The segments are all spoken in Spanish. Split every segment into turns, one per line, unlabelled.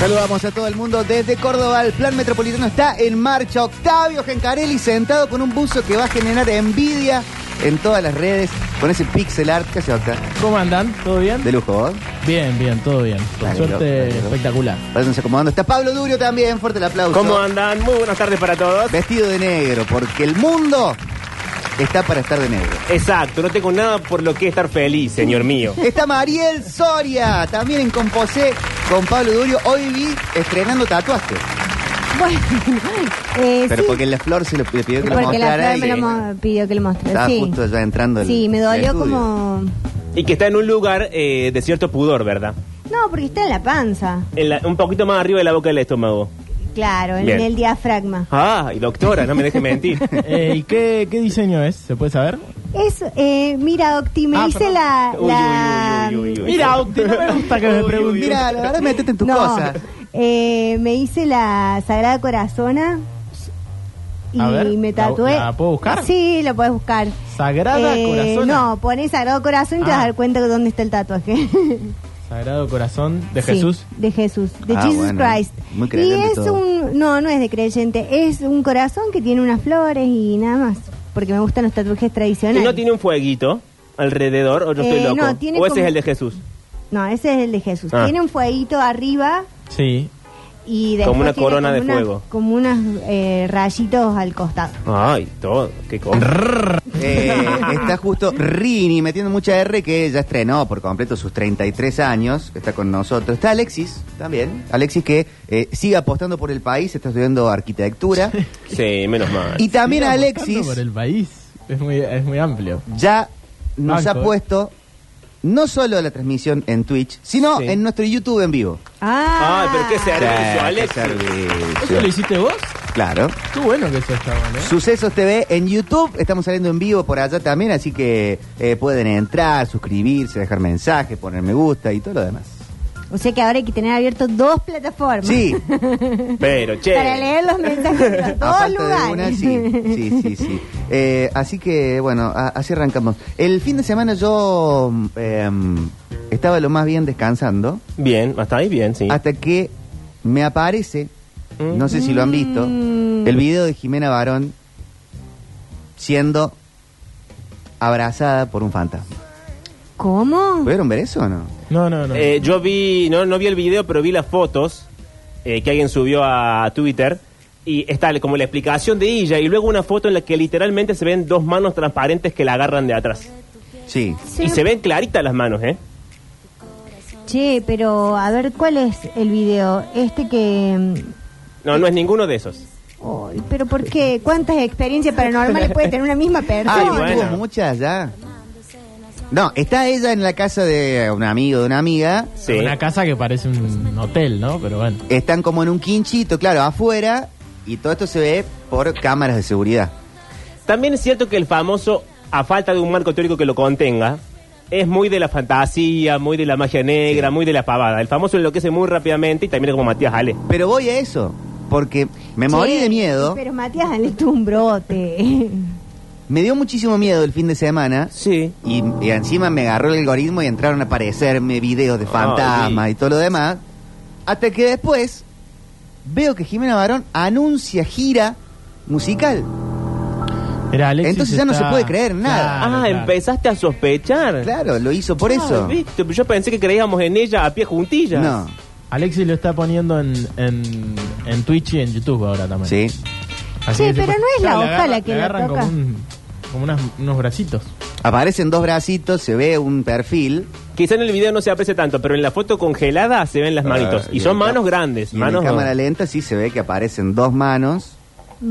Saludamos a todo el mundo desde Córdoba. El plan metropolitano está en marcha. Octavio Gencarelli sentado con un buzo que va a generar envidia en todas las redes con ese pixel art que se Octa.
¿Cómo andan? ¿Todo bien?
De lujo, ¿eh? ¿vos?
Bien, bien, todo bien. Con
Dale,
suerte
loco, dale, loco.
espectacular.
Váyanse acomodando. Está Pablo Durio también. Fuerte el aplauso.
¿Cómo andan? Muy buenas tardes para todos.
Vestido de negro, porque el mundo está para estar de negro.
Exacto, no tengo nada por lo que estar feliz, señor mío.
Está Mariel Soria, también en Composé, con Pablo Durio. Hoy vi estrenando tatuaje.
Bueno, eh,
Pero
sí,
porque la flor se lo, le pidió que lo
porque la
mostrara.
Flor
y-
me lo mo- pidió que lo mostrara.
Estaba
sí.
justo ya entrando el-
Sí, me
el
dolió
estudio.
como.
Y que está en un lugar eh, de cierto pudor, ¿verdad?
No, porque está en la panza.
En la- un poquito más arriba de la boca del estómago.
Claro, en
Bien.
el diafragma.
Ah, y doctora, no me deje mentir.
Eh, ¿Y qué, qué diseño es? ¿Se puede saber?
Es, eh, mira, Octi, me
Ah,
hice
perdón.
la.
Uy, uy,
la-
uy, uy, uy, uy.
Mira, Octi, no me gusta que me
Uy, uy,
preguntes.
Mira, la verdad, metete en tus
No,
cosas.
eh, me hice la Sagrada Corazona. Y
A ver,
me
¿la-
tatué.
la puedo buscar?
Sí, lo puedes buscar. Eh,
¿Sagrada Corazona?
No, pones Sagrado Corazón y te
Ah.
vas a dar cuenta de dónde está el tatuaje.
Sagrado Corazón de
Sí,
Jesús.
De Jesús, de
Ah,
Jesus
bueno.
Christ.
Muy
y
creyente
es
todo.
un. No, no es de creyente. Es un corazón que tiene unas flores y nada más. Porque me gustan los tatuajes
¿Y
tradicionales.
no tiene un fueguito alrededor o yo estoy
Eh,
loco?
no, tiene
¿O ese
como-
es el de Jesús?
No, ese es el de Jesús.
Ah.
Tiene un fueguito arriba
Sí.
y después.
Como una
tiene
corona de
unas-
fuego.
Como unos rayitos al costado.
Ay, todo, qué cosa.
Eh, está justo Rini metiendo mucha R que ya estrenó por completo sus 33 años, que está con nosotros. Está Alexis también. Alexis que eh, sigue apostando por el país, está estudiando arquitectura.
Sí, menos mal.
Y también
Mira,
Alexis
buscando Por el país. Es muy, es muy amplio.
ya nos
Banco,
ha
eh.
puesto no solo la transmisión en Twitch, sino
Sí.
en nuestro YouTube en vivo.
Ah,
Ay, pero qué
Sí,
servicio,
qué
Alexis.
¿Eso lo
servicio.
hiciste vos?
Claro.
Qué bueno que eso está bueno.
Sucesos TV en YouTube, estamos saliendo en vivo por allá también, así que eh, pueden entrar, suscribirse, dejar mensajes, poner me gusta y todo lo demás.
O sea que ahora hay que tener abierto dos plataformas.
Sí,
Pero, che.
Para leer los mensajes de los dos
aparte de
lugares.
una, sí, sí, sí, sí. Eh, así que, bueno, a- así arrancamos. El fin de semana yo mm, em, estaba lo más bien descansando,
Bien, hasta ahí bien, sí.
hasta que me aparece,
Mm.
no sé si lo han visto,
Mm.
el video de Jimena Barón siendo abrazada por un fantasma.
¿Cómo?
¿Pudieron ver eso o no?
No, no, no.
Eh, yo vi, no, no vi el video, pero vi las fotos eh, que alguien subió a Twitter. Y está como la explicación de ella. Y luego una foto en la que literalmente se ven dos manos transparentes que la agarran de atrás.
Sí.
Sí.
Y se ven claritas las manos, ¿eh?
Che, pero a ver, ¿cuál es el video? Este que... mm,
No, no es ninguno de esos.
ay, pero ¿por qué? ¿Cuántas experiencias paranormales puede tener una misma persona?
Ah,
Sí, bueno.
tuvo muchas ya. No, está ella en la casa de un amigo, de una amiga.
Sí.
Una casa que parece un hotel, ¿no? Pero bueno.
Están como en un quinchito, claro, afuera. Y todo esto se ve por cámaras de seguridad.
También es cierto que el famoso, a falta de un marco teórico que lo contenga, es muy de la fantasía, muy de la magia negra, muy de la pavada. El famoso enloquece muy rápidamente y también es como Matías Ale.
Pero voy a eso, porque me
Che,
morí de miedo.
Pero Matías Ale tuvo un brote.
Me dio muchísimo miedo el fin de semana.
Sí.
Y, y encima me agarró el algoritmo y entraron a aparecerme videos de fantasmas
sí.
y todo lo demás. Hasta que después veo que Jimena Barón anuncia gira musical.
Era Alexis
Entonces ya no se puede creer nada.
Claro,
Ah,
claro.
empezaste a sospechar.
Claro, lo hizo por
Ah,
eso.
viste, yo pensé que creíamos en ella a pie juntillas.
No,
Alexis lo está poniendo en, en, en Twitch y en YouTube ahora también.
sí.
Así
Sí,
que se
pero
puede-
no es la
Claro,
hoja
agarra-
la que
le
la
agarran
toca.
Como, un- como unas- unos bracitos.
Aparecen dos bracitos, se ve un perfil.
Quizá en el video no se aprecie tanto, pero en la foto congelada se ven las manitos.
Ah,
y son
en ca-
manos grandes.
y
manos
en cámara lenta sí se ve que aparecen dos manos.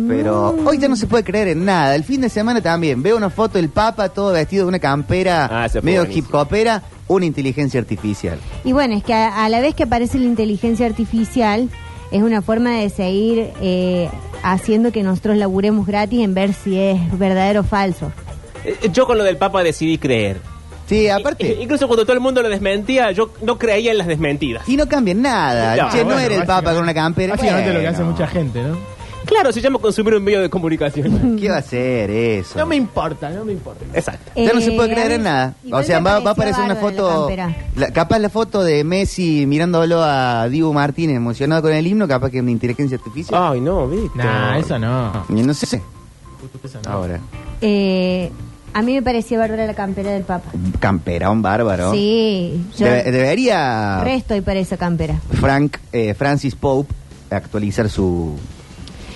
Pero
Mm.
hoy ya no se puede creer en nada. El fin de semana también. Veo una foto del Papa todo vestido de una campera
Ah, se fue
medio
buenísimo.
hip hopera, una inteligencia artificial.
Y bueno, es que a, a la vez que aparece la inteligencia artificial, es una forma de seguir eh, haciendo que nosotros laburemos gratis en ver si es verdadero o falso.
Eh, Yo con lo del Papa decidí creer.
Sí,
I-
aparte.
Incluso cuando todo el mundo lo desmentía, yo no creía en las desmentidas.
Y no cambian nada.
No,
che, no
bueno,
era el Papa
básicamente-
con una campera.
Básicamente lo que
Bueno.
hace mucha gente, ¿no?
Claro, se llama consumir un medio de comunicación.
¿Qué va a ser eso?
No me importa, no me importa.
Exacto.
Ya no se
Eh,
puede
a
creer
mí-
en nada.
igual
O sea,
me
va, va a aparecer
pareció
una
bárbaro
foto.
la campera.
la- capaz la foto de Messi mirándolo a Dibu Martínez emocionado con el himno, capaz que es una inteligencia artificial.
Ay, no, Víctor.
Nah, eso no.
Y No sé.
Eso no.
Ahora,
Eh, a mí me parecía bárbara la campera del Papa.
camperón bárbaro.
Sí, yo
Debe- ah. debería
re estoy para esa campera.
Frank eh, Francis Pope actualizar su.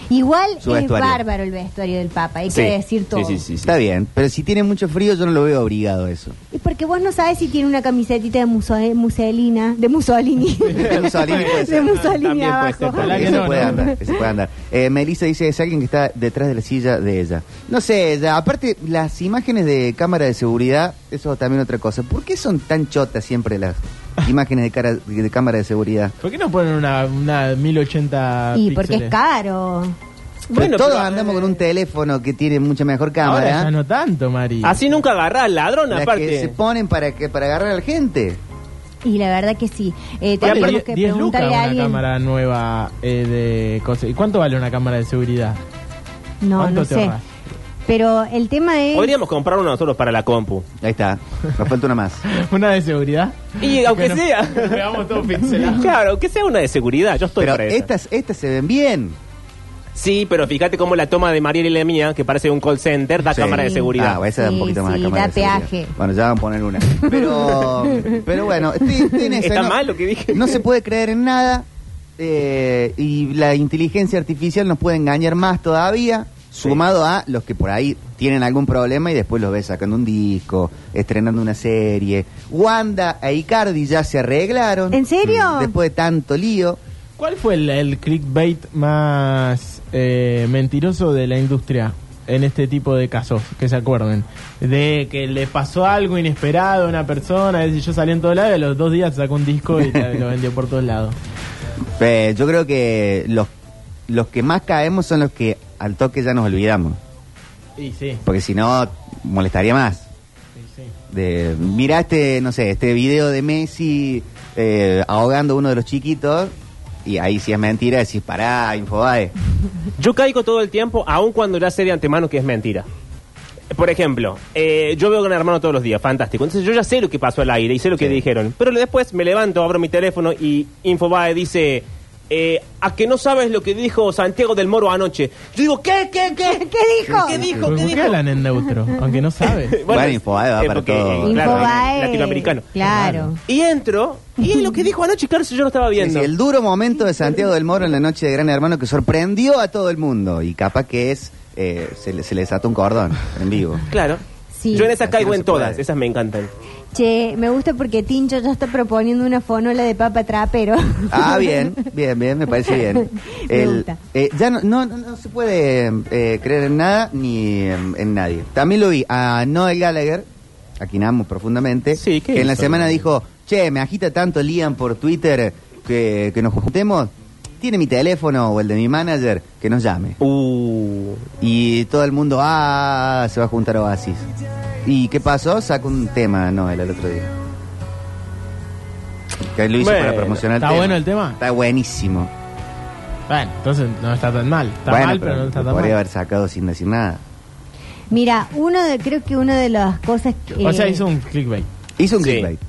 Igual
Su
es
vestuario.
bárbaro el vestuario del Papa, hay
Sí.
que decir todo.
Sí, sí, sí, sí.
Está bien, pero si tiene mucho frío, yo no lo veo obligado a eso.
Y porque vos no sabes si tiene una camisetita de muso- eh, muselina, de Mussolini.
Mussolini puede
de
ser.
Mussolini
También puede ser,
abajo.
Ojalá que
Ese
no,
puede
¿no?
andar, ese puede andar. Eh, Melissa dice, es alguien que está detrás de la silla de ella. No sé, ella, aparte, las imágenes de cámara de seguridad, eso también otra cosa. ¿Por qué son tan chotas siempre las imágenes de, cara, de cámara de seguridad?
¿Por qué no ponen una, una 1080
Y porque
Ah, píxeles?
es caro.
Bueno,
Pero todos
pero,
andamos con un teléfono que tiene mucha mejor cámara.
eh, Ahora ya no tanto, Mari.
Así nunca agarrás al ladrón,
Las que se
aparte.
ponen para que para agarrar a la gente.
Y la verdad que sí. Eh,
Vale
tenemos
die-
que
10 lucas
preguntarle a
una
alguien.
cámara nueva eh, de cosas. ¿Y cuánto vale una cámara de seguridad?
No,
¿Cuánto
no
te
sé.
ahorras?
Pero el tema es.
Podríamos comprar uno nosotros para la compu.
Ahí está, nos falta una más.
¿Una de seguridad?
Y aunque
Bueno,
sea.
Veamos todo pixelado.
Claro, que sea una de seguridad, yo estoy
Pero este
para esa.
estas, estas se ven bien.
Sí, pero fíjate cómo la toma de Mariel y la mía, que parece un call center, da
Sí.
cámara de seguridad.
Ah, bueno, esa da un
Sí,
poquito más de
sí,
cámara
da
de seguridad.
peaje.
Bueno, ya van a poner una. Pero, pero bueno, estoy- estoy en esa,
Está
no-
mal lo que dije.
No se puede creer en nada. eh, y la inteligencia artificial nos puede engañar más todavía. Sumado a los que por ahí tienen algún problema y después los ves sacando un disco, estrenando una serie. Wanda e Icardi ya se arreglaron. Mm,
¿En serio?
Después de tanto lío.
¿Cuál fue el, el clickbait más eh, mentiroso de la industria en este tipo de casos? Que se acuerden. De que le pasó algo inesperado a una persona, es decir, yo salí en todos lados y a los dos días sacó un disco y la- lo vendió por todos lados.
Eh, yo creo que los, los que más caemos son los que al toque ya nos olvidamos.
Y sí,
Porque si no, molestaría más.
sí, sí.
De, mira este, no sé, este video de Messi eh, ahogando a uno de los chiquitos. Y ahí si es mentira, decís, pará, Infobae.
Yo caigo todo el tiempo, aun cuando ya sé de antemano que es mentira. Por ejemplo, eh, yo veo Gran Hermano todos los días, fantástico. Entonces yo ya sé lo que pasó al aire y sé lo que
Sí.
dijeron. Pero después me levanto, abro mi teléfono y Infobae dice... eh, a que no sabes lo que dijo Santiago del Moro anoche. Yo digo, ¿qué, qué, qué?
¿Qué dijo?
¿Qué dijo?
¿Por
Pues
¿Qué
qué
dijo?
hablan en neutro? Aunque no sabe.
Bueno, Infobae va para
porque,
todo.
eh, claro,
Infobae.
eh, latinoamericano.
Claro.
Y entro, y es lo que dijo anoche, claro, si yo lo estaba
Es
viendo.
el duro momento de Santiago del Moro en la noche de Gran Hermano que sorprendió a todo el mundo. Y capaz que es, eh, se, le, se le desató un cordón en vivo.
Claro.
Sí.
Yo en esas
Así
caigo
no
en
se puede.
todas, esas me encantan.
Che, me gusta porque Tincho ya está proponiendo una fonola de papa trapero.
Ah, bien, bien, bien, me parece bien.
Me gusta.
eh, ya no, no, no- no se puede eh, creer en nada ni em, en nadie. También lo vi a Noel Gallagher, a quien amo profundamente,
Sí, ¿qué
que en la
hizo?
semana dijo, che, me agita tanto Liam por Twitter que, que nos juntemos. Tiene mi teléfono o el de mi manager, que nos llame.
Uh.
Y todo el mundo, ah, se va a juntar Oasis. ¿Y qué pasó? Sacó un tema Noel el otro día. Que lo hizo
Bueno,
para promocionar el
¿está
tema.
bueno el tema?
Está buenísimo.
Bueno, entonces no está tan mal. Está
Bueno,
mal, pero, no está
lo
tan mal.
Podría haber sacado sin decir nada.
Mira, uno de, creo que una de las cosas que,
O sea, hizo un clickbait.
Hizo un
Sí.
clickbait.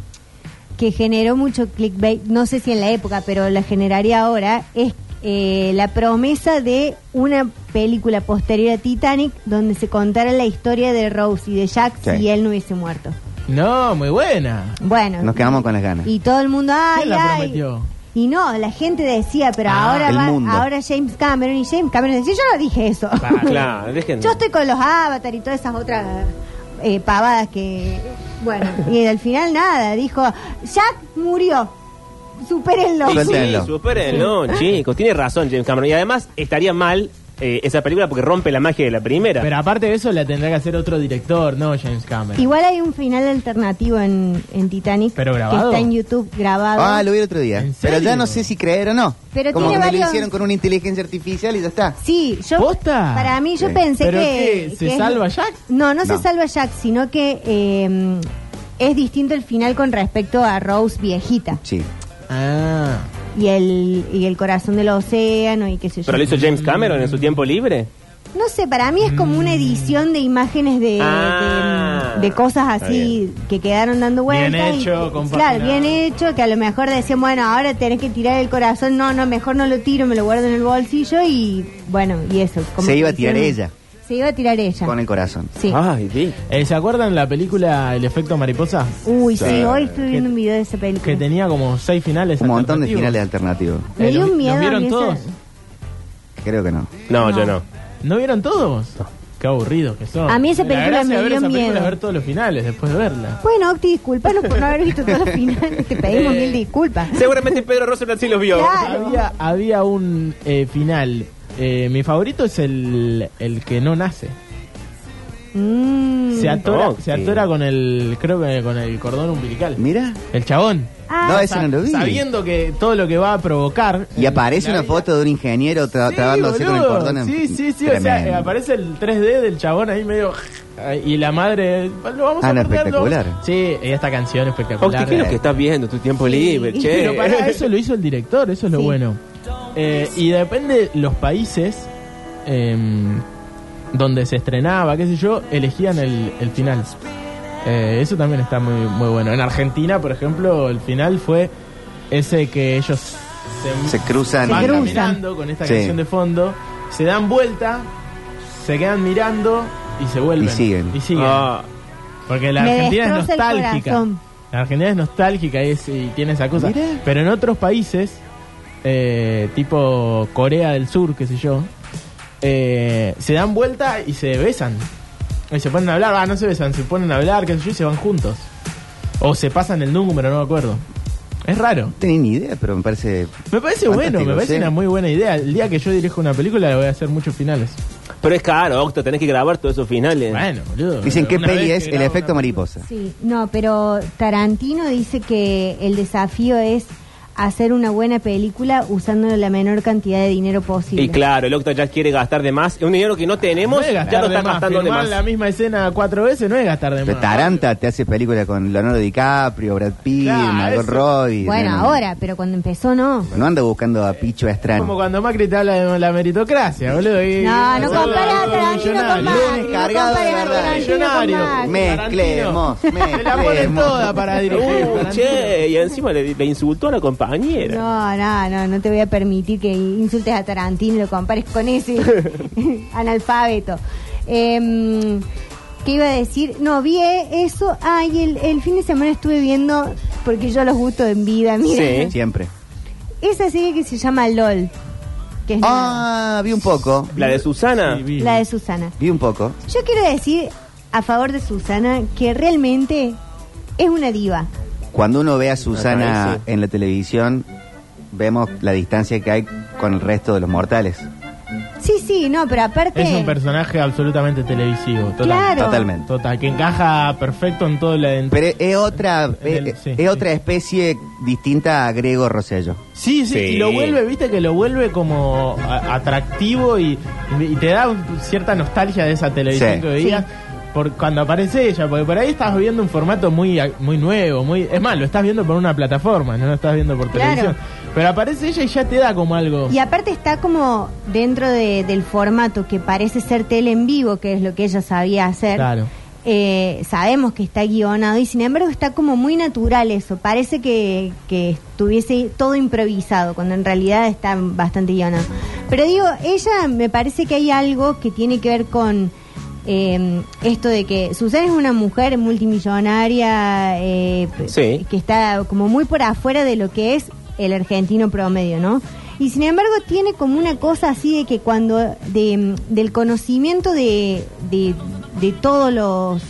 que generó mucho clickbait, no sé si en la época, pero la generaría ahora, es eh, la promesa de una película posterior a Titanic donde se contara la historia de Rose y de Jack
Sí.
si él no hubiese muerto.
No, muy buena.
Bueno,
Nos quedamos con las ganas.
y todo el mundo, ay,
¿Quién la
ay.
prometió?
Y no, la gente decía, pero
Ah,
ahora
el
va-
mundo.
ahora James Cameron y James Cameron decía, yo no dije eso.
Claro.
Claro, dejen.
Yo estoy con los avatar y todas esas otras eh, pavadas que. Bueno, y al final nada, dijo: Jack murió. Supérenlo.
Y
Suéltenlo.
Sí, supérenlo, chicos. Tiene razón James Cameron. Y además estaría mal eh, esa película porque rompe la magia de la primera.
Pero aparte de eso, la tendrá que hacer otro director, no James Cameron.
Igual hay un final alternativo en, en Titanic
Pero grabado.
que está en YouTube grabado.
Ah, lo vi el otro día.
¿En
Pero ya
serio?
no sé si creer o no.
Pero
Como
tiene
que me lo
varios-
hicieron con una inteligencia artificial y ya está.
Sí, yo.
¿Posta?
Para mí, yo
Sí.
pensé
¿Pero
que.
qué?
que
¿Se
es-
salva Jack?
No, no, se
No.
salva Jack, sino que eh, es distinto el final con respecto a Rose viejita.
Sí.
Ah,
y el, y el corazón del océano y qué sé yo.
¿Pero lo hizo James Cameron en su tiempo libre?
No sé, para mí es como
Mm.
una edición de imágenes de,
Ah.
de- de cosas
Está
así que quedaron dando vueltas.
Bien hecho,
y-
compaginado.
Claro, bien hecho, que a lo mejor decían, bueno, ahora tenés que tirar el corazón. No, no, mejor no lo tiro, me lo guardo en el bolsillo y bueno, y eso. como
Se
que
iba a tirar ella.
hicieron- Se iba a tirar ella.
Con el corazón.
Sí.
Ay, Dick.
Eh, ¿Se acuerdan la película El efecto mariposa?
Uy, sí,
Sí.
hoy estuve viendo un video de esa
Que
película.
tenía como seis finales.
Un montón de
alternativos.
finales alternativos.
Me dio
Eh, ¿lo-
un miedo.
¿Lo
a
vieron
mí esa-
todos?
Creo que no.
No,
No.
yo no.
¿No vieron todos? Qué aburridos que son.
A mí esa
La
película
gracia
me
de ver
dio
esa película
miedo.
es ver todos los finales después de verla.
Bueno, Octi, disculpanos por no haber visto todos los finales. Te pedimos mil disculpas.
Seguramente Pedro Rosenblatt sí los vio.
Claro.
Había, había un eh, final. Eh, mi favorito es el, el que no nace.
Mm.
Se atora,
Oh,
se
sí.
atora con el creo que con el cordón umbilical.
Mira.
El chabón.
Ah,
No, ese
Sa-
no lo vi.
Sabiendo que todo lo que va a provocar.
Y aparece
Eh, la
una
vida-
foto de un ingeniero tra-
Sí,
trabándose con el
boludo.
cordón. en-
Sí, sí, sí. O sea,
Tremendo.
eh, aparece el 3D del chabón ahí medio. Y la madre. Lo vamos
Ah,
a
no,
perder, lo vamos a-".
espectacular.
Sí, y esta canción
Octi,
espectacular.
¿qué es lo que estás viendo? Tu tiempo libre, che.
Pero para eso lo hizo el director, eso es lo
Sí.
bueno. Eh, y depende los países em, donde se estrenaba, qué sé yo, elegían el, el final. Eh, eso también está muy, muy bueno. En Argentina, por ejemplo, el final fue ese que ellos
Se cruzan.
van
Se cruzan.
caminando con esta
Sí.
canción de fondo, se dan vuelta, se quedan mirando y se vuelven.
Y siguen.
Y siguen.
Ah,
Porque la
Me
Argentina es
destroza el
nostálgica.
corazón.
La Argentina es nostálgica y, es- y tiene esa cosa.
Mirá.
Pero en otros países, eh, tipo Corea del Sur, qué sé yo, eh, se dan vuelta y se besan. Y se ponen a hablar, ah, no se besan, se ponen a hablar, qué sé yo, y se van juntos. O se pasan el número, no me acuerdo. Es raro.
No tenía ni idea, pero me parece.
Me parece
Fantástico,
bueno, me parece
sí.
una muy buena idea. El día que yo dirijo una película le voy a hacer muchos finales.
pero es caro, Octo, tenés que grabar todos esos finales.
Bueno, boludo.
Dicen qué
una vez
peli
que
es el
grabo
efecto
una-
mariposa.
Sí, no, pero Tarantino dice que el desafío es hacer una buena película usando la menor cantidad de dinero posible.
Y claro, el Octo ya quiere gastar de más. Un dinero que no tenemos,
No es
ya
gastar
lo
de
está
más.
gastando de
Filmar
más.
la misma escena cuatro veces no es gastar de
Pero
más.
Taranta te hace película con Leonardo DiCaprio, Brad Pitt,
Claro,
Margot
eso.
Robbie.
bueno,
no, no.
ahora, pero cuando empezó no.
No anda buscando a Picho
Como
Estrano.
cuando Macri te habla de la meritocracia, boludo. y-
No, no
Saluda
compares
a
a
los
Tarantino con
millonarios.
Lunes
Macri. No
cargado de
compares a
verdad.
Tarantino con
Millonario.
Macri.
Mezclemos,
Tarantino. Se la ponen
mezclemos.
toda para dirigir.
Uh, che, y encima le, le insultó a la compañera.
No, no, no, no te voy a permitir que insultes a Tarantino y lo compares con ese analfabeto. Em, ¿Qué iba a decir? No, vi eh, eso. Ay, el, el fin de semana estuve viendo, porque yo los gusto en vida, mira.
Sí.
Siempre.
Esa serie que se llama LOL, que es nueva,
Ah, vi un poco.
La de Susana.
Sí, vi.
la de Susana.
Vi un poco.
Yo quiero decir a favor de Susana que realmente es una diva.
Cuando uno ve a Susana
Aparece.
en la televisión, vemos la distancia que hay con el resto de los mortales.
Sí, sí, no, pero aparte...
Es un personaje absolutamente televisivo. Total.
Claro.
Totalmente.
Total, que encaja perfecto en todo la... en-
Pero es otra,
En el-
es,
sí,
es
sí.
otra especie distinta a Grego Rosello.
Sí, sí,
Sí.
y lo vuelve, viste que lo vuelve como a- atractivo y, y te da un- cierta nostalgia de esa televisión
Sí.
que veías por cuando aparece ella, porque por ahí estás viendo un formato muy a- muy nuevo, muy es más, lo estás viendo por una plataforma, no lo estás viendo por
Claro.
televisión, pero aparece ella y ya te da como algo.
Y aparte está como dentro de- del formato que parece ser tele en vivo, que es lo que ella sabía hacer.
Claro.
Eh, sabemos que está guionado y sin embargo está como muy natural eso. Parece que, que estuviese todo improvisado, cuando en realidad está bastante guionado. Pero digo, ella me parece que hay algo que tiene que ver con eh, esto de que Susana es una mujer multimillonaria eh, p-
Sí.
que está como muy por afuera de lo que es el argentino promedio, ¿no? Y sin embargo tiene como una cosa así de que cuando de, mm, del conocimiento de, de, de todos los,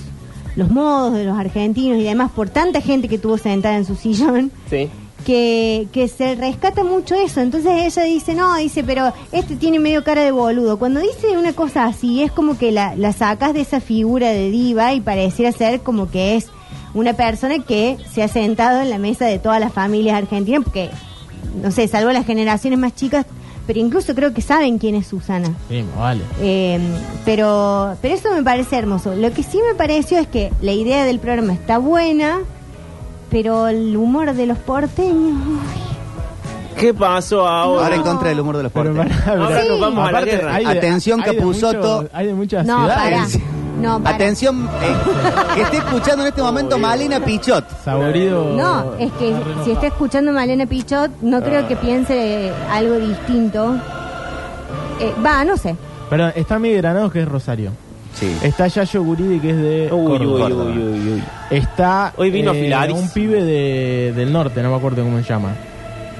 los modos de los argentinos y demás por tanta gente que tuvo sentada en su sillón,
Sí.
que, que se rescata mucho eso. Entonces ella dice, no, dice, pero este tiene medio cara de boludo. Cuando dice una cosa así, es como que la, la sacas de esa figura de diva y pareciera ser como que es una persona que se ha sentado en la mesa de todas las familias argentinas, porque, no sé, salvo las generaciones más chicas, pero incluso creo que saben quién es Susana.
Sí, vale.
Eh, pero, pero eso me parece hermoso. Lo que sí me pareció es que la idea del programa está buena, pero el humor de los porteños. uy.
¿Qué pasó ahora?
Ahora en contra del humor de los
Oh. Pero
portes.
pará,
Ahora
pará.
nos
vamos a la guerra.
de-
Atención,
hay de
Capusotto.
mucho- hay de muchas
No, pará.
ciudades.
No, pará.
Atención, eh, que esté escuchando en este momento Malena Pichot.
Saborido.
No, es que si está escuchando Malena Pichot, no creo
Ah.
que piense algo distinto. Eh, Va, no sé.
Perdón, está mi granados que es Rosario.
Sí.
Está Yayo Guridi que es de.
Uy,
Córdoba.
uy, uy, uy, uy.
Está eh,
Hoy vino Filaris.
un pibe de- del norte, no me acuerdo cómo se llama.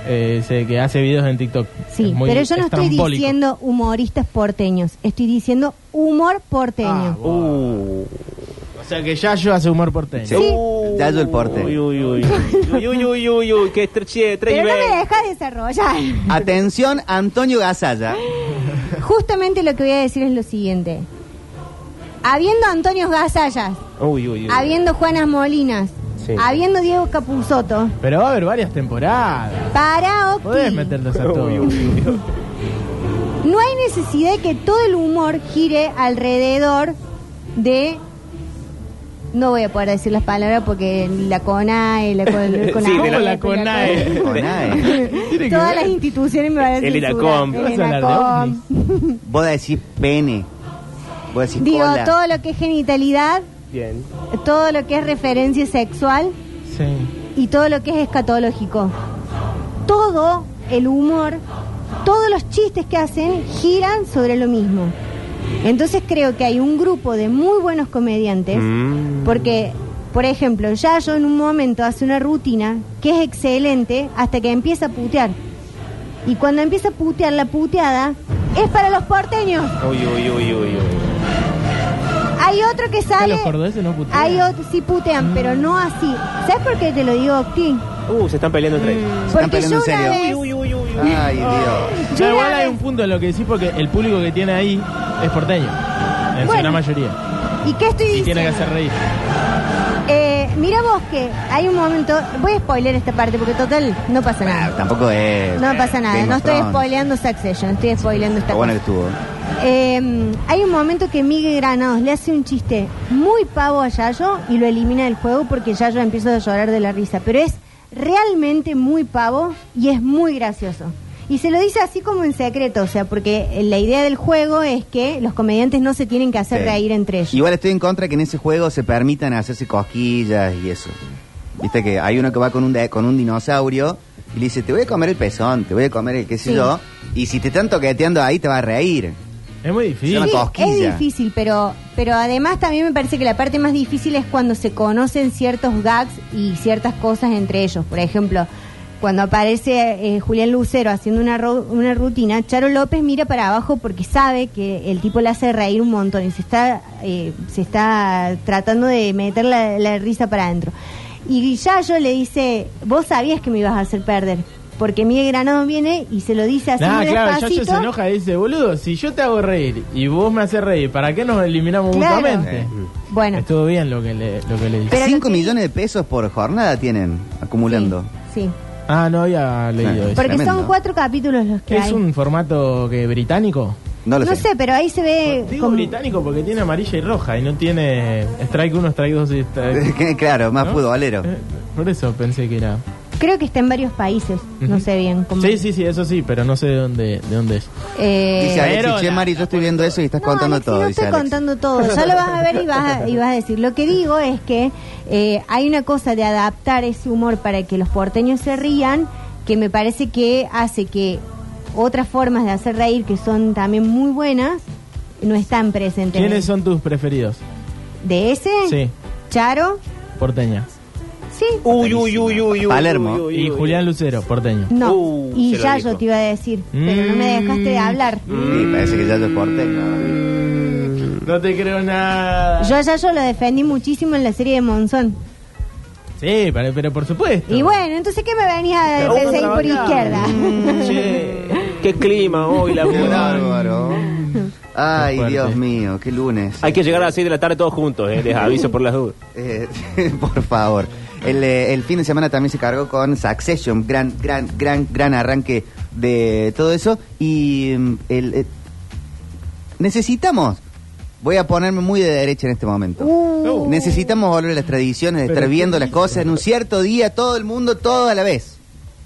Eh, ese que hace videos en TikTok.
Sí,
Es muy
pero yo no estoy
estrambólico.
diciendo humoristas porteños, estoy diciendo humor porteño.
Ah, bueno.
Uh.
O sea que Yayo hace humor porteño.
Sí. Yayo el porte.
Uy, uy, uy. Uy, uy, uy, uy, uy. Que estreché, tres y
pero no me
veinte.
deja desarrollar.
Atención, Antonio Gasalla.
Justamente lo que voy a decir es lo siguiente. Habiendo Antonio Gasallas,
Uy, uy, uy.
habiendo Juanas Molinas,
Sí.
habiendo Diego Capuzotto,
Pero va a haber varias temporadas.
para Octi.
Podés meterlos a todos.
Uy, uy, uy.
No hay necesidad de que todo el humor gire alrededor de. No voy a poder decir las palabras porque la CONAE, la CONAE.
Sí, de la-
la CONAE.
Conae.
Tiene que
Todas
ver.
las instituciones me van a
El
censurar.
ENACOM.
El
¿Vas a hablar de
ENACOM.
Vos decís pene. Vos decís
Digo,
cola.
todo lo que es genitalidad,
Bien.
todo lo que es referencia sexual
Sí.
y todo lo que es escatológico. Todo el humor, todos los chistes que hacen giran sobre lo mismo. Entonces creo que hay un grupo de muy buenos comediantes
Mm.
Porque, por ejemplo, Yayo en un momento hace una rutina que es excelente hasta que empieza a putear. Y cuando empieza a putear la puteada, es para los porteños.
Uy, uy, uy, uy, uy.
Hay otro que sale.
Los cordobeses no putean.
Hay otros sí putean, pero no así. ¿Sabes por qué te lo digo, Octi?
Uh, se están peleando entre ellos.
Porque
peleando
yo
en
una
serio.
vez.
Uy, uy, uy, uy.
Ay, Dios.
yo
Ya
una
igual hay
vez-
un punto en lo que decís porque el público que tiene ahí es porteño. En su
Bueno.
gran mayoría.
¿Y qué estoy
Y
diciendo?
tiene que hacer reír.
Eh, mira vos que hay un momento. Voy a spoiler esta parte porque, total, no pasa
Ah,
nada.
tampoco es.
No pasa nada.
Game
No
of
estoy
Thrones.
spoileando Succession, estoy spoileando esta
Está bueno que
cosa.
estuvo.
Eh, hay un momento que Miguel Granados le hace un chiste muy pavo a Yayo y lo elimina del juego porque Yayo empieza a llorar de la risa. Pero es realmente muy pavo y es muy gracioso. Y se lo dice así como en secreto, o sea, porque eh, la idea del juego es que los comediantes no se tienen que hacer
Sí.
reír entre ellos.
Igual estoy en contra que en ese juego se permitan hacerse cosquillas y eso. Viste que hay uno que va con un, de- con un dinosaurio y le dice, te voy a comer el pezón, te voy a comer el qué sé
Sí.
yo. Y si te están toqueteando ahí, te va a reír.
Es muy
Se
difícil.
llama
Sí,
cosquilla.
es difícil, pero, pero además también me parece que la parte más difícil es cuando se conocen ciertos gags y ciertas cosas entre ellos. Por ejemplo, cuando aparece eh, Julián Lucero haciendo una, ro- una rutina, Charo López mira para abajo porque sabe que el tipo le hace reír un montón y se está, eh, se está tratando de meter la, la risa para adentro. Y Yayo le dice, vos sabías que me ibas a hacer perder. Porque Miguel Granado viene y se lo dice así
Nah,
muy
claro, Yayo
despacito.
se enoja y dice, boludo, si yo te hago reír y vos me haces reír, ¿para qué nos eliminamos
Claro.
mutuamente?
Bueno.
Estuvo bien lo que le, lo que le dije.
Pero lo
5
que-
millones de pesos por jornada tienen acumulando.
Sí, sí.
Ah, no había leído
Sí.
eso.
Porque
Tremendo.
son cuatro capítulos los que
¿Es
hay.
un formato que británico?
No lo
no sé. pero ahí se ve
Digo
como-
británico porque tiene amarilla y roja y no tiene strike 1, strike 2 y strike...
Que, claro, más
¿no?
futbolero.
Eh, Por eso pensé que era...
Creo que está en varios países, no
Ujú.
sé bien cómo.
Sí, sí, sí, eso sí, pero no sé de dónde, de dónde es.
Eh,
Dice
pero
Alexis, che,
la-
Mari, yo estoy viendo eso y estás
no,
contando
Alexis,
todo.
No
dice
estoy
Alexis.
contando todo. Ya lo vas a ver y vas a, y vas a decir. Lo que digo es que eh, hay una cosa de adaptar ese humor para que los porteños se rían, que me parece que hace que otras formas de hacer reír, que son también muy buenas, no están presentes.
¿Quiénes son tus preferidos?
¿De ese?
Sí,
¿Charo?
porteña.
Sí.
Uy, uy, uy, uy, uy.
Palermo.
uy, uy, uy,
Y
uy.
Julián Lucero, porteño.
No.
Uh,
y
se lo
ya
dijo. Mm.
yo te iba a decir, pero no me dejaste de hablar.
Sí, parece que ya yo porté.
Mm. No te creo nada.
Yo a Yayo lo defendí muchísimo en la serie de Monzón.
Sí, pero, pero por supuesto.
Y bueno, entonces ¿qué me venía a
Pero
defender
vos
por
trabajás.
izquierda?
Mm. Che, qué clima hoy, la
Qué
verdad.
bárbaro. Ay,
fuerte.
Dios mío, qué lunes.
Hay que llegar a las 6 de la tarde todos juntos, eh, les aviso por las dudas.
Eh, por favor. El, eh, el fin de semana también se cargó con Succession, gran, gran, gran, gran arranque de todo eso. Y mm, el, eh, necesitamos, voy a ponerme muy de derecha en este momento.
Uh.
Necesitamos volver a las tradiciones de
Pero
estar
qué
viendo las cosas en un cierto día, todo el mundo, todo a la vez.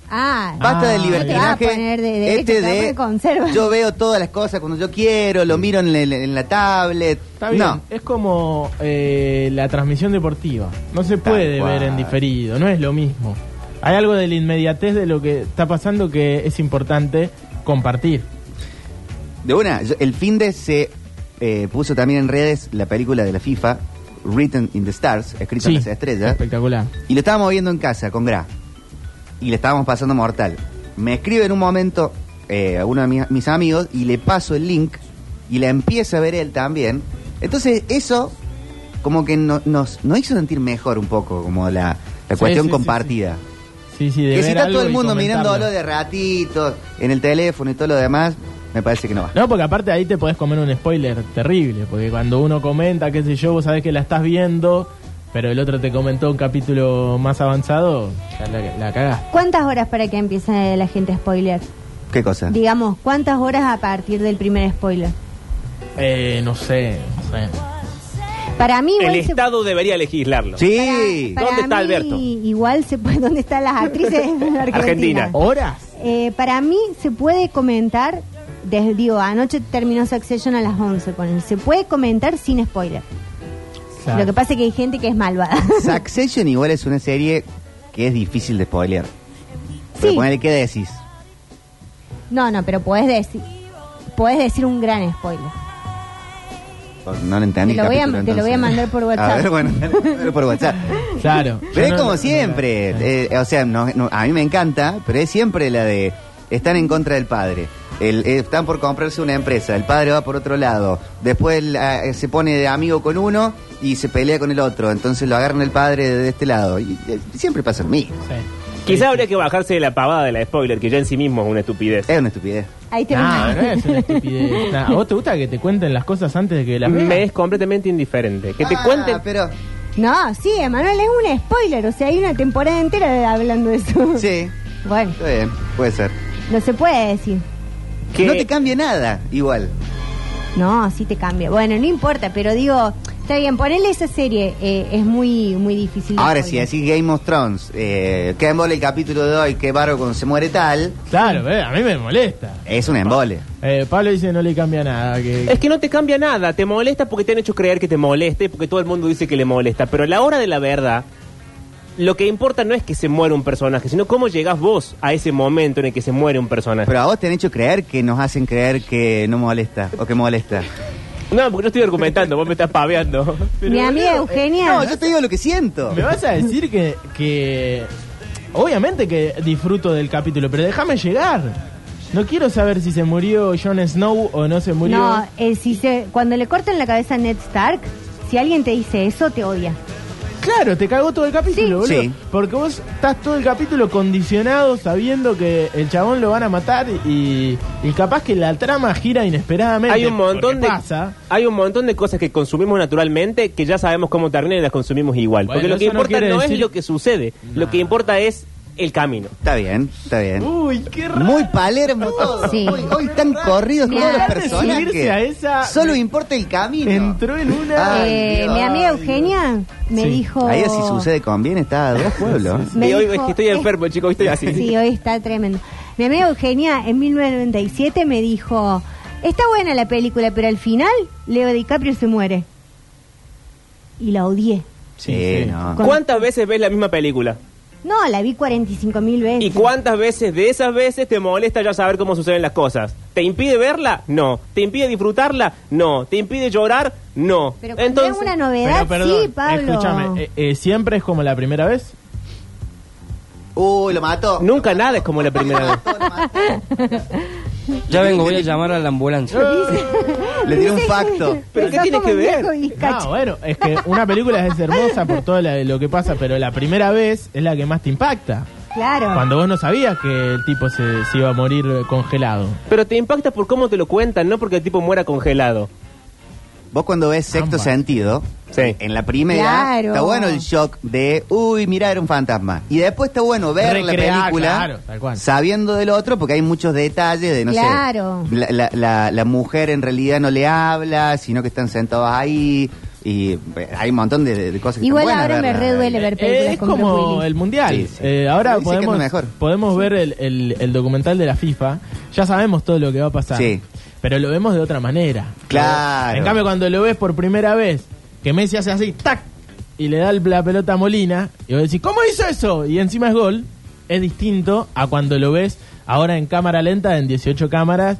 Ah,
Basta de
Ah.
libertinaje.
No te vas a poner de derecho,
este
te vas a poner
de
conserva.
yo veo todas las cosas cuando yo quiero, lo miro en, la- en la tablet.
Está bien,
No.
es como eh, la transmisión deportiva. No se
Tal
puede
cual.
ver en diferido, no es lo mismo. Hay algo de la inmediatez de lo que está pasando que es importante compartir.
De una, yo- el fin de se eh, puso también en redes la película de la FIFA, Written in the Stars, escrita en las estrellas.
espectacular.
Y lo estábamos viendo en casa con Gra. Y le estábamos pasando mortal. Me escribe en un momento eh, a uno de mis, mis amigos y le paso el link y la empieza a ver él también. Entonces eso como que no- nos, nos hizo sentir mejor un poco, como la, la
Sí,
cuestión
sí, sí,
compartida.
Sí, sí, de
Que si
ver
está
algo
todo el
y
mundo
comentarlo.
mirándolo de ratitos, en el teléfono y todo lo demás, me parece que no va.
No, porque aparte ahí te podés comer un spoiler terrible, porque cuando uno comenta, qué sé yo, vos sabés que la estás viendo, pero el otro te comentó un capítulo más avanzado, ya la, la cagaste.
¿Cuántas horas para que empiece la gente a spoiler?
¿Qué cosa?
Digamos, ¿cuántas horas a partir del primer spoiler?
Eh, no sé, no sé.
Para mí igual
El
se-
Estado debería legislarlo.
Sí.
para
¿Dónde está
mí
Alberto?
Igual se puede, ¿dónde están las actrices en Argentina?
Argentina.
¿Horas?
Eh, para mí se puede comentar, desde, digo, anoche terminó Succession a las 11 con él. Se puede comentar sin spoiler.
Claro.
Lo que pasa es que hay gente que es malvada.
Succession igual es una serie que es difícil de spoilear. Pero
sí.
ponele, ¿qué decís?
No, no, pero podés decir, podés decir un gran spoiler.
Pues No lo entendí.
Te lo
el
voy a-
capítulo,
te lo voy a
entonces.
mandar por WhatsApp.
A ver, bueno, pero por WhatsApp.
Claro.
Pero
Yo
es
no-
como
no-
siempre. eh, o sea, no- no, a mí me encanta, pero es siempre la de están en contra del padre. El- eh, están por comprarse una empresa, el padre va por otro lado, después el, eh, se pone de amigo con uno y se pelea con el otro, entonces lo agarran el padre de este lado. Y, eh, siempre pasa lo mismo.
Sí.
Quizá habría que bajarse de la pavada de la spoiler, que ya en sí mismo es una estupidez.
Es una estupidez.
Ahí te
Nah,
¿eh?
ven.
no es una estupidez. Nah, ¿A vos te gusta que te cuenten las cosas antes de que las
Me
veas?
es completamente indiferente. Que te
Ah,
cuenten.
Pero,
No, sí, Emanuel, es un spoiler. O sea, hay una temporada entera de- hablando de eso.
sí,
Bueno,
está bien, puede ser.
no se puede decir.
que-
No te cambia nada, igual.
No, sí te cambia. Bueno, no importa, pero digo, está bien, ponerle esa serie eh, es muy, muy difícil. de
Ahora, si
spoiler.
decís Game of Thrones, eh, que embole el capítulo de hoy, que barro cuando se muere tal,
Claro, eh, a mí me molesta.
es un embole.
Eh, Pablo dice no le cambia nada. Que...
Es que no te cambia nada, te molesta porque te han hecho creer que te molesta y porque todo el mundo dice que le molesta, pero a la hora de la verdad, lo que importa no es que se muera un personaje, sino cómo llegás vos a ese momento en el que se muere un personaje.
Pero a vos te han hecho creer que nos hacen creer que no molesta o que molesta.
No, porque yo estoy argumentando, vos me estás paveando.
Mi amiga Eugenia.
eh, No, yo te digo lo que siento.
Me vas a decir que, que- Obviamente que disfruto del capítulo, pero déjame llegar. No quiero saber si se murió Jon Snow o no se murió.
No, eh, si se, cuando le cortan la cabeza a Ned Stark, si alguien te dice eso, te odia.
Claro, te cagó todo el capítulo,
Sí.
boludo.
Sí.
Porque vos estás todo el capítulo condicionado sabiendo que el chabón lo van a matar y, y capaz que la trama gira inesperadamente.
Hay un montón
porque
de
pasa.
hay un montón de cosas que consumimos naturalmente que ya sabemos cómo terminan y las consumimos igual.
Bueno,
porque lo que
eso no
importa
quiere
no,
decir-
es lo que sucede, lo que importa es el camino.
Está bien, está bien.
Uy, qué raro.
Muy palermo todo.
Sí.
Hoy, hoy tan corridos
Ni
todos los
hablar de
personajes.
subirse a esa-
Solo importa el camino.
Entró en una.
Ay,
Eh,
Dios.
mi amiga Eugenia me
Sí.
dijo.
Ahí así sucede conviene, está a dos pueblos.
Me
y hoy
dijo-
es que estoy enfermo, chicos, hoy estoy así.
Sí, hoy está tremendo. Mi amiga Eugenia en 1997 me dijo, está buena la película, pero al final Leo DiCaprio se muere. Y la odié.
Sí,
Sí, sí.
no.
¿Cuántas veces ves la misma película?
No, la vi 45 mil veces.
¿Y cuántas veces de esas veces te molesta ya saber cómo suceden las cosas? ¿Te impide verla? No. ¿Te impide disfrutarla? No. ¿Te impide llorar? No.
Pero cuando es
Entonces,
una novedad,
perdón,
sí, Pablo.
Escúchame, eh, eh, ¿siempre es como la primera vez?
Uy, lo mató.
nunca nada es como la primera vez.
Ya vengo, voy a llamar a la ambulancia.
Le dio un facto.
¿Pero qué tiene que ver?
No, bueno, es que una película es hermosa por todo la- lo que pasa, pero la primera vez es la que más te impacta.
Claro.
Cuando vos no sabías que el tipo se, se iba a morir congelado.
Pero te impacta por cómo te lo cuentan, no porque el tipo muera congelado.
Vos cuando ves sexto
Ambas.
sentido,
Sí.
en la primera,
Claro.
está bueno el shock de, uy, mira, era un fantasma. Y después está bueno ver
Recrear,
la película
claro, tal cual.
sabiendo del otro, porque hay muchos detalles de, no
Claro.
sé, la, la- la- la mujer en realidad no le habla, sino que están sentados ahí. y eh, hay un montón de, de cosas que
Igual
están buenas
ahora me
verlas.
reduele ver películas
es
con Bruce
como
Willis.
el mundial.
Sí, sí.
Eh,
Dice que
ahora
es lo
podemos,
mejor.
podemos ver el, el- el documental de la FIFA. Ya sabemos todo lo que va a pasar.
Sí.
Pero lo vemos de otra manera.
Claro.
En cambio, cuando lo ves por primera vez, que Messi hace así, ¡tac! Y le da el- la pelota a Molina. Y vos decís, ¿cómo hizo eso? Y encima es gol. Es distinto a cuando lo ves ahora en cámara lenta, en 18 cámaras.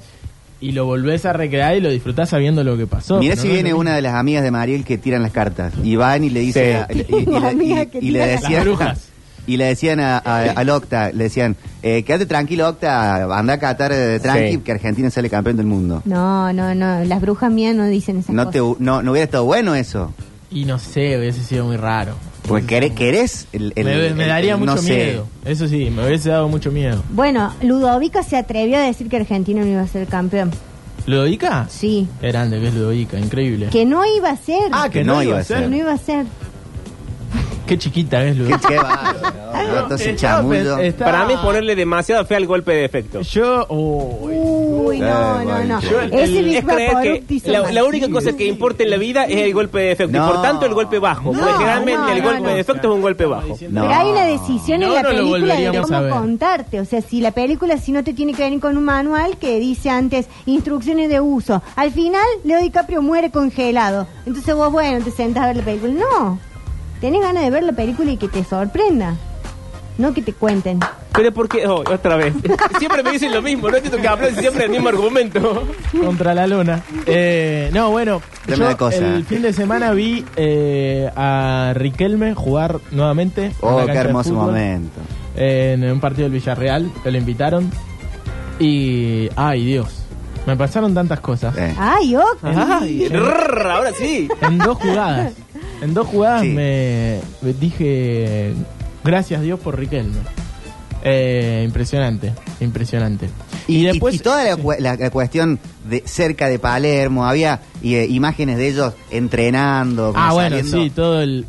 Y lo volvés a recrear y lo disfrutás sabiendo lo que pasó.
Mirá
No,
si
no es lo
viene
mismo.
una de las amigas de Mariel que tiran las cartas. Y van y le dice.
Sí.
y- y- y-
Una
y-
amiga que
y le
tira las-
decían.
Las brujas.
Y le decían a, a- al Octa, le decían, eh, quédate tranquilo Octa, anda a Qatar eh, tranqui,
Sí.
que Argentina sale campeón del mundo.
No, no, no. Las brujas mías no dicen esas
No,
cosas.
te, no, no hubiera estado bueno eso.
Y no sé, hubiese sido muy raro.
Porque querés, querés el, el-
me, me
el-
daría
el-
mucho
no sé.
miedo. Eso sí, me hubiese dado mucho miedo.
Bueno, Ludovico se atrevió a decir que Argentina no iba a ser campeón.
¿Ludovica?
Sí.
Qué grande que es Ludovica, increíble.
Que no iba a ser.
Ah, que no, iba a ser.
Que no iba a ser.
Qué chiquita es
Qué,
Ludovica.
qué bárbaro, ¿no?
No,
Entonces,
estaba
chamullo.
pen- está-
Para
Ah.
mí es ponerle demasiada fe al golpe de efecto.
Yo. uy.
Uy, no,
Eh,
no,
bueno,
no.
yo-
El-
Ese Big
es creer
Bang
que
Corrupt hizo
la,
mal.
la única cosa que importa en la vida es el golpe de efecto.
No.
Y por tanto el golpe bajo.
No,
porque generalmente
no,
el
no,
golpe
no.
de efecto es un golpe bajo.
No.
Pero hay una decisión en
No,
la
no lo
película de
volveríamos a
cómo
ver.
contarte. O sea, si la película si no te tiene que venir con un manual que dice antes instrucciones de uso. Al final, Leo DiCaprio muere congelado. Entonces vos, bueno, te sentás a ver la película. No. Tenés ganas de ver la película y que te sorprenda. No que te cuenten.
Pero porque, oh, otra vez. Siempre me dicen lo mismo, no entiendo que hablan siempre el mismo argumento.
Contra la lona. Eh, no, bueno.
Tremenda
yo
cosa.
El fin de semana vi eh, a Riquelme jugar nuevamente. en la
Oh,
cancha
qué
de
hermoso
fútbol,
momento.
En un partido del Villarreal. que Lo invitaron. Y. Ay, Dios. Me pasaron tantas cosas.
Eh.
¡Ay, ok!
Ah,
Ay, rrr, ahora sí.
En dos jugadas. En dos jugadas
Sí.
me me dije gracias Dios por Riquelme. Eh, impresionante, impresionante.
Y,
Y, después
y toda la, cue- la- la cuestión de cerca de Palermo, había y, eh, imágenes de ellos entrenando. como
ah bueno
saliendo.
sí todo el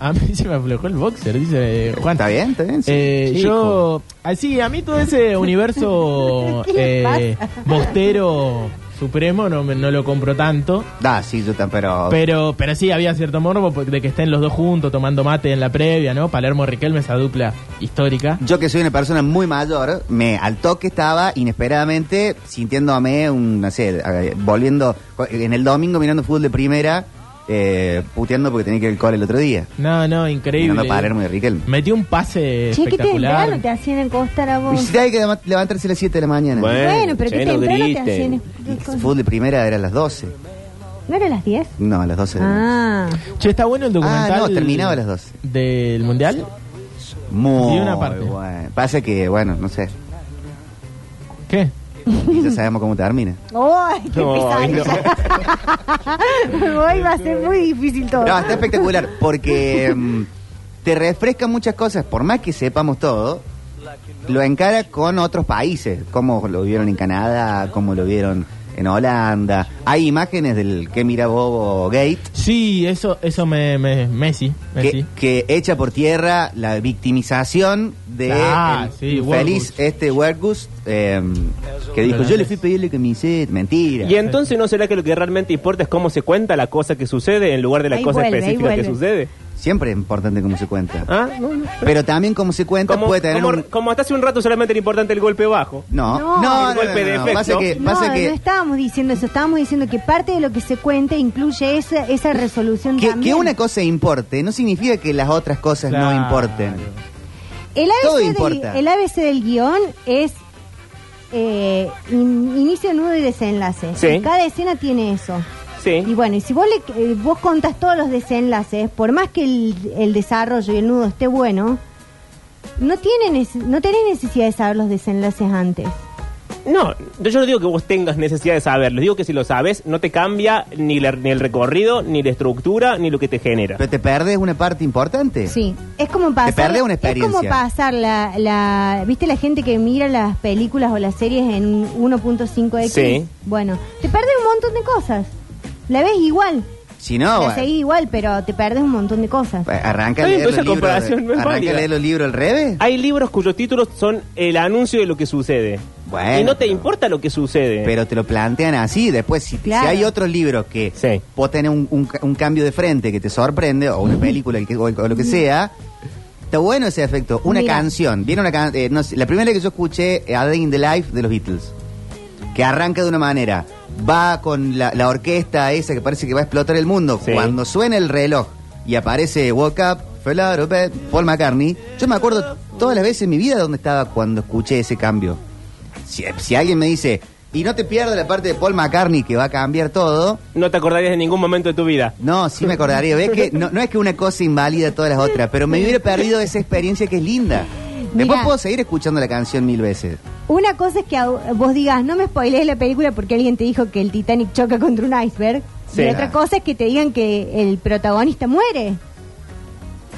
a mí se me aflojó el boxer dice eh, Juan.
Está bien, está bien. sí.
Eh,
Chico.
yo así a mí todo ese universo
¿Qué le
eh,
pasa?
bostero supremo no me- no lo compro tanto.
Da, sí, yo también, pero.
Pero, pero sí, había cierto morbo por- de que estén los dos juntos tomando mate en la previa, ¿no? Palermo Riquelme, esa dupla histórica.
Yo que soy una persona muy mayor, me al toque estaba inesperadamente sintiéndome un, no sé, eh, volviendo en el domingo mirando fútbol de primera, eh, puteando porque tenía que ir al cole el otro día.
No, no, increíble.
Mirando Palermo y Riquelme.
Metió un pase
Che, qué
espectacular.
temprano te hacían acostar a
Y
vos.
si te hay que leva- levantarse a las 7 de la mañana.
Oh. Bueno, pero qué
che, no
temprano te
griten.
hacían.
Y fútbol de primera era a las 12.
¿No era las 10?
No, a las 12. de la noche.
Ah.
Che, está bueno el documental.
Ah, no, terminaba a las 12.
Del Mundial.
Muy
Y una parte.
bueno. Pasa que, bueno, no sé.
¿Qué?
Ya sabemos cómo termina.
¡Ay, qué
No,
pesadilla! Hoy va a ser muy difícil todo.
No, está espectacular porque mm, te refresca muchas cosas, por más que sepamos todo, lo encara con otros países, como lo vieron en Canadá, como lo vieron en Holanda. Hay imágenes del que mira Bobo Gate,
Sí, eso, eso me, me- Messi. Messi.
que, que echa por tierra la victimización de
Ah, sí,
feliz
Wergus.
este Wergus, eh, que dijo, yo le fui a pedirle que me hiciera, mentira.
Y entonces no será que lo que realmente importa es cómo se cuenta la cosa que sucede en lugar de la
Ahí
cosa
vuelve, ahí
específica que
vuelve.
sucede.
Siempre es importante cómo se cuenta.
¿Ah? No, no.
Pero también cómo se cuenta
Como,
puede tener
como-
un...
como hasta hace un rato solamente era importante el golpe bajo.
No, no,
No.
no,
El golpe
no,
de
no.
efecto.
Pasa que,
No,
Eh, pasa que,
no estábamos diciendo eso, estábamos diciendo que parte de lo que se cuenta incluye esa, esa resolución
que- que
también.
una cosa importe no significa que las otras cosas
Claro.
no importen.
el ABC
todo
del-
importa.
el ABC del guión es eh, in- inicio, nudo y desenlace.
Sí.
Y cada escena tiene eso.
Sí.
Y bueno, y si vos, le, eh, vos contás todos los desenlaces, por más que el, el desarrollo y el nudo esté bueno, no, tiene nece- no tenés necesidad de saber los desenlaces antes.
No, yo no digo que vos tengas necesidad de saberlo. Digo que si lo sabes, no te cambia ni, la- ni el recorrido, ni la estructura, ni lo que te genera.
Pero te perdés una parte importante.
Sí, es como pasar.
perdés una experiencia.
Es como pasar la, la. ¿Viste la gente que mira las películas o las series en 1.5x?
Sí.
Bueno, te perdés un montón de cosas. La ves igual.
Si no,
la
Ah, bueno,
seguís igual, pero te perdés un montón de cosas.
bueno, arranca a
Está
leer
bien, pero esa
los libros
comparación no es
arranca a
válida.
leer los libros al revés.
Hay libros cuyos títulos son el anuncio de lo que sucede.
Bueno,
y no te
pero-
importa lo que sucede.
Pero te lo plantean así. Después, si, si
Claro.
hay otros libros que
Sí.
vos tenés un, un ca- un cambio de frente que te sorprende, o una película el que- o, o lo que sea, está bueno ese efecto. Una
Mira.
canción. Viene una can- eh, no sé, la primera que yo escuché, eh, A Day in the Life de los Beatles, que arranca de una manera, va con la, la orquesta esa que parece que va a explotar el mundo.
Sí.
Cuando suena el reloj y aparece Walk Up, Fell Out of Bed, Paul McCartney, yo me acuerdo todas las veces en mi vida donde estaba cuando escuché ese cambio. Si, si alguien me dice, y no te pierdas la parte de Paul McCartney que va a cambiar todo,
No te acordarías de ningún momento de tu vida.
no, sí me acordaría. ¿Ves que no, no es que una cosa invalida todas las otras, pero me hubiera perdido esa experiencia que es linda. Después
Mirá.
puedo seguir escuchando la canción mil veces.
Una cosa es que a- vos digas, no me spoilees la película porque alguien te dijo que el Titanic choca contra un iceberg.
Sí.
y otra cosa es que te digan que el protagonista muere.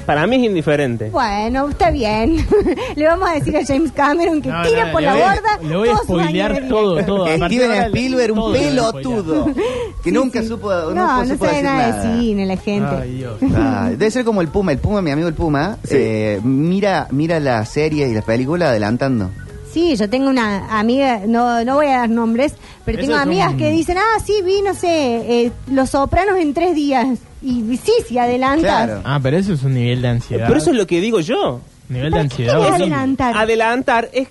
Para mí es indiferente.
Bueno, está bien. Le vamos a decir a James Cameron que
No,
tira
no,
por
le
la
voy a-
borda.
Le voy a
todos sus años de
spoilear
vida.
todo, todo. A partir de
Steven
ahora le-
Spieleberg, un
todo le voy a spoilear.
pelotudo, que nunca supo,
No,
nunca
no
supo
sabe
decir
nada de
nada.
cine la gente.
Ay, Dios.
Ah, debe ser como el Puma, el Puma, mi amigo el Puma,
Sí.
eh, mira, mira las series y las películas adelantando.
Sí, yo tengo una amiga, no, no voy a dar nombres, pero
Esas
tengo
son-
amigas que dicen, ah, sí, vi, no sé, eh, Los Sopranos en tres días. Y sí, sí, adelantas.
Claro.
Ah, pero eso es un nivel de ansiedad.
Pero eso es lo que digo yo.
Nivel de
¿Para qué
ansiedad.
querés
horrible.
adelantar?
Adelantar es,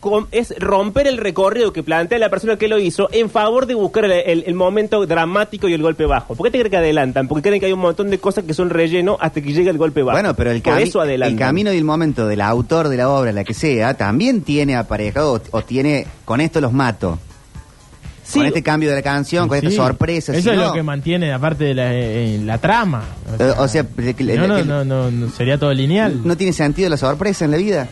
com- es romper el recorrido que plantea la persona que lo hizo en favor de buscar el, el- el momento dramático y el golpe bajo. ¿Por qué te creen que adelantan? Porque creen que hay un montón de cosas que son relleno hasta que llega el golpe bajo.
Bueno, pero el,
Por
cami-
eso adelantan.
el camino y el momento del autor de la obra, la que sea, también tiene aparejado o, o tiene con esto los mato.
Sí,
Con este cambio de la canción, con
Sí.
esta sorpresa.
Eso
si
es
no-
lo que mantiene, aparte de la, eh, eh, la trama. O
Eh, o sea, le- le-
no, no,
le-
no, no, no, sería todo lineal.
no tiene sentido la sorpresa en la vida.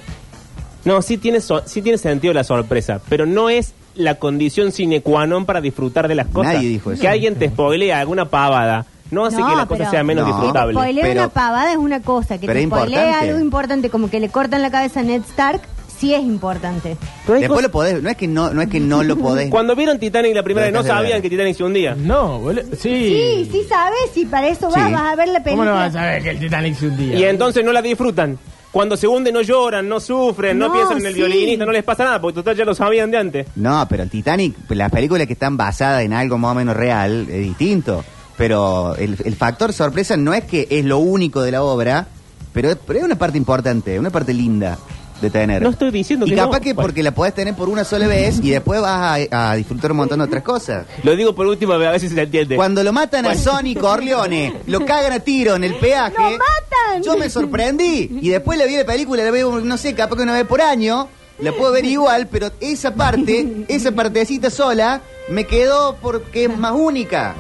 No, sí tiene, so- sí tiene sentido la sorpresa, pero no es la condición sine qua non para disfrutar de las cosas.
Nadie dijo eso.
Que alguien te spoilea alguna pavada no hace
No,
que la cosa
pero-
sea menos
No.
disfrutable.
Que te spoilee
Pero-
una pavada es una cosa, que
pero
te
es
spoilee
importante.
algo importante, como que le cortan la cabeza a Ned Stark, sí es importante.
Pero hay
Después
cosas-
lo podés, no es que no, no es que no lo podés.
Cuando vieron Titanic la primera vez,
Pero
no
estás de
sabían
ver.
que Titanic se hundía.
No, boludo.
Sí,
Sí.
sí sabes, y para eso
Sí.
vas, vas a ver la
¿Cómo
película.
no vas a ver que el Titanic se hundía?
Y entonces no la disfrutan. Cuando se hunden no lloran, no sufren, no,
No,
piensan en el
sí.
violinista, no les pasa nada, porque total ya lo sabían de antes.
No, pero el Titanic, las películas que están basadas en algo más o menos real, es distinto. Pero el, el factor sorpresa no es que es lo único de la obra, pero es, pero es una parte importante, una parte linda de tener.
No estoy diciendo
y
que
capaz
no.
que
Bueno.
porque la podés tener por una sola vez y después vas a, a disfrutar un montón de otras cosas.
Lo digo por última vez, a ver si se entiende.
Cuando lo matan a Sonny Corleone, lo cagan a tiro en el peaje.
¡Lo matan!
Yo me sorprendí. Y después la vi la película, la veo, no sé, capaz que una vez por año. La puedo ver igual, pero esa parte, esa partecita sola, me quedó porque es más única.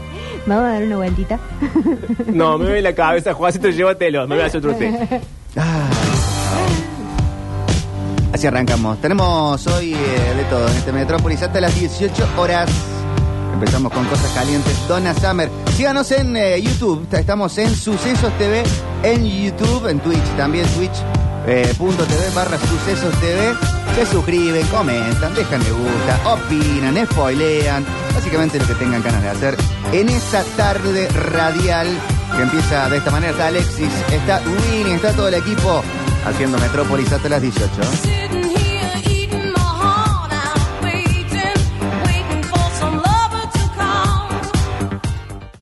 Vamos a dar una vueltita.
No, me ve la cabeza, Juancito, llévatelo, me voy a hacer otro té.
Ah. Así arrancamos. Tenemos hoy eh, de todo en este Metrópolis hasta las 18 horas. Empezamos con cosas calientes. Donna Summer. Síganos en eh, YouTube. Ta- Estamos en Sucesos TV, en YouTube, en Twitch, eh, también Twitch.tv barra Sucesos TV. Se suscriben, comentan, dejan me gusta, opinan, spoilean. Básicamente lo que tengan ganas de hacer en esa tarde radial que empieza de esta manera. Está Alexis, está Winnie, está todo el equipo haciendo Metrópolis hasta las 18.
Sitting